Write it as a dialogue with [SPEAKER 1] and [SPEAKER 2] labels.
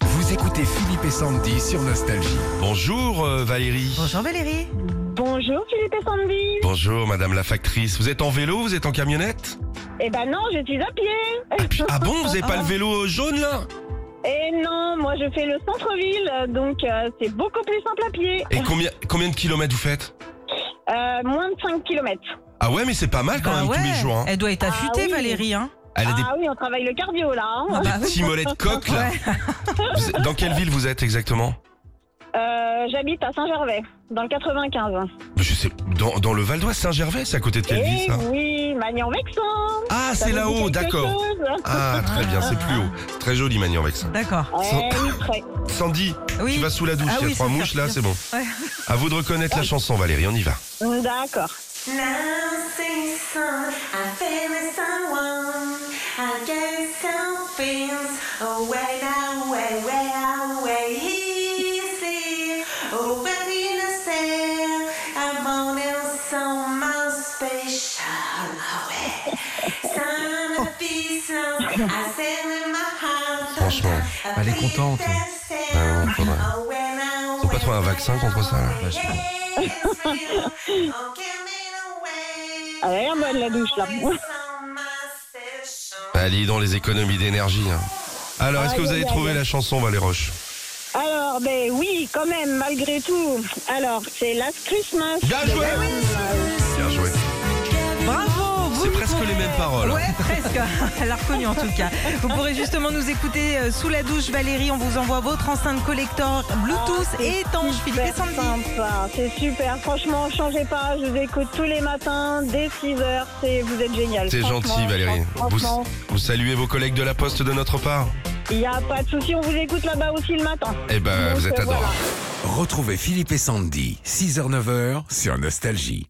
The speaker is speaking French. [SPEAKER 1] Vous écoutez Philippe et Sandy sur Nostalgie.
[SPEAKER 2] Bonjour euh, Valérie.
[SPEAKER 3] Bonjour Valérie.
[SPEAKER 4] Bonjour Philippe et Sandy.
[SPEAKER 2] Bonjour Madame la factrice. Vous êtes en vélo, vous êtes en camionnette
[SPEAKER 4] Eh ben non, je suis à pied.
[SPEAKER 2] ah, puis- ah bon, vous n'avez pas le vélo euh, jaune là
[SPEAKER 4] Et Eh non, moi je fais le centre-ville, euh, donc euh, c'est beaucoup plus simple à pied.
[SPEAKER 2] Et combien, combien de kilomètres vous faites
[SPEAKER 4] Euh, moins de 5 km.
[SPEAKER 2] Ah ouais, mais c'est pas mal quand
[SPEAKER 3] Bah
[SPEAKER 2] même tous
[SPEAKER 3] ouais,
[SPEAKER 2] les jours. hein.
[SPEAKER 3] Elle doit être
[SPEAKER 4] Ah
[SPEAKER 3] affûtée
[SPEAKER 4] oui.
[SPEAKER 3] Valérie. Hein.
[SPEAKER 2] Elle a des,
[SPEAKER 4] Ah oui, on travaille le cardio là. hein.
[SPEAKER 3] Ah bah
[SPEAKER 2] des
[SPEAKER 3] oui.
[SPEAKER 2] petits mollets de coq là. Vous êtes- Dans quelle ville vous êtes exactement
[SPEAKER 4] Euh, J'habite à Saint-Gervais, dans le 95.
[SPEAKER 2] Je sais, dans, dans le Val d'Oise, Saint-Gervais, c'est à côté de quelle ville
[SPEAKER 4] Eh
[SPEAKER 2] ça
[SPEAKER 4] oui, Magnan-Vexin.
[SPEAKER 2] Ah, c'est
[SPEAKER 4] Ça vous dit
[SPEAKER 2] là-haut,
[SPEAKER 4] quelque
[SPEAKER 2] d'accord.
[SPEAKER 4] chose
[SPEAKER 2] Ah, très bien, c'est plus haut. C'est Très joli, Magnan, avec ça.
[SPEAKER 3] D'accord.
[SPEAKER 4] Eh oui, très.
[SPEAKER 2] Sandy,
[SPEAKER 3] Oui.
[SPEAKER 2] tu vas sous la douche,
[SPEAKER 3] Ah
[SPEAKER 2] il y a
[SPEAKER 3] oui,
[SPEAKER 2] trois
[SPEAKER 3] ça me
[SPEAKER 2] mouches
[SPEAKER 3] fait
[SPEAKER 2] là, c'est
[SPEAKER 3] plaisir.
[SPEAKER 2] bon.
[SPEAKER 3] Ouais.
[SPEAKER 2] À vous de reconnaître la chanson, Valérie, on y va.
[SPEAKER 4] D'accord.
[SPEAKER 5] Dancing sun, I feel it's someone. I guess some feels away now, away, way away. He's here, open in the sail. I'm on in summer special away. Sun of peace, I sail in my heart.
[SPEAKER 2] Franchement,
[SPEAKER 6] elle est contente.
[SPEAKER 2] Ah non, faudrait- Faut pas trouver un vaccin contre ça, là.
[SPEAKER 6] Ouais, je
[SPEAKER 4] Elle a l'air bonne, la douche, là.
[SPEAKER 2] Ah, dis donc, les économies d'énergie. hein. Alors, est-ce que
[SPEAKER 4] Aïe,
[SPEAKER 2] vous avez
[SPEAKER 4] aïe,
[SPEAKER 2] trouvé
[SPEAKER 4] aïe.
[SPEAKER 2] la chanson, Valérie Roche
[SPEAKER 4] Alors, ben oui, quand même, malgré tout. Alors, c'est Last Christmas.
[SPEAKER 2] Bien joué
[SPEAKER 4] Ah
[SPEAKER 2] Bien joué.
[SPEAKER 3] Bravo. vous
[SPEAKER 2] C'est
[SPEAKER 3] le
[SPEAKER 2] presque
[SPEAKER 3] pouvez.
[SPEAKER 2] les mêmes paroles. hein.
[SPEAKER 3] Ouais, presque. Elle l'a reconnu en tout cas. Vous pourrez justement nous écouter euh, sous la douche, Valérie. On vous envoie votre enceinte collector Bluetooth
[SPEAKER 4] Ah, C'est
[SPEAKER 3] étanche, Philippe et
[SPEAKER 4] super
[SPEAKER 3] Sandy.
[SPEAKER 4] sympa, c'est super. Franchement, changez pas, je vous écoute tous les matins dès 6h, c'est vous êtes génial.
[SPEAKER 2] C'est gentil, Valérie. Vous,
[SPEAKER 4] Franchement,
[SPEAKER 2] vous saluez vos collègues de la Poste de notre part
[SPEAKER 4] il n'y a pas de souci, on vous écoute là-bas aussi le matin.
[SPEAKER 2] Eh ben,
[SPEAKER 4] Donc,
[SPEAKER 2] vous êtes
[SPEAKER 4] euh, voilà.
[SPEAKER 2] adorables.
[SPEAKER 1] Retrouvez Philippe et Sandy, 6h-9h sur Nostalgie.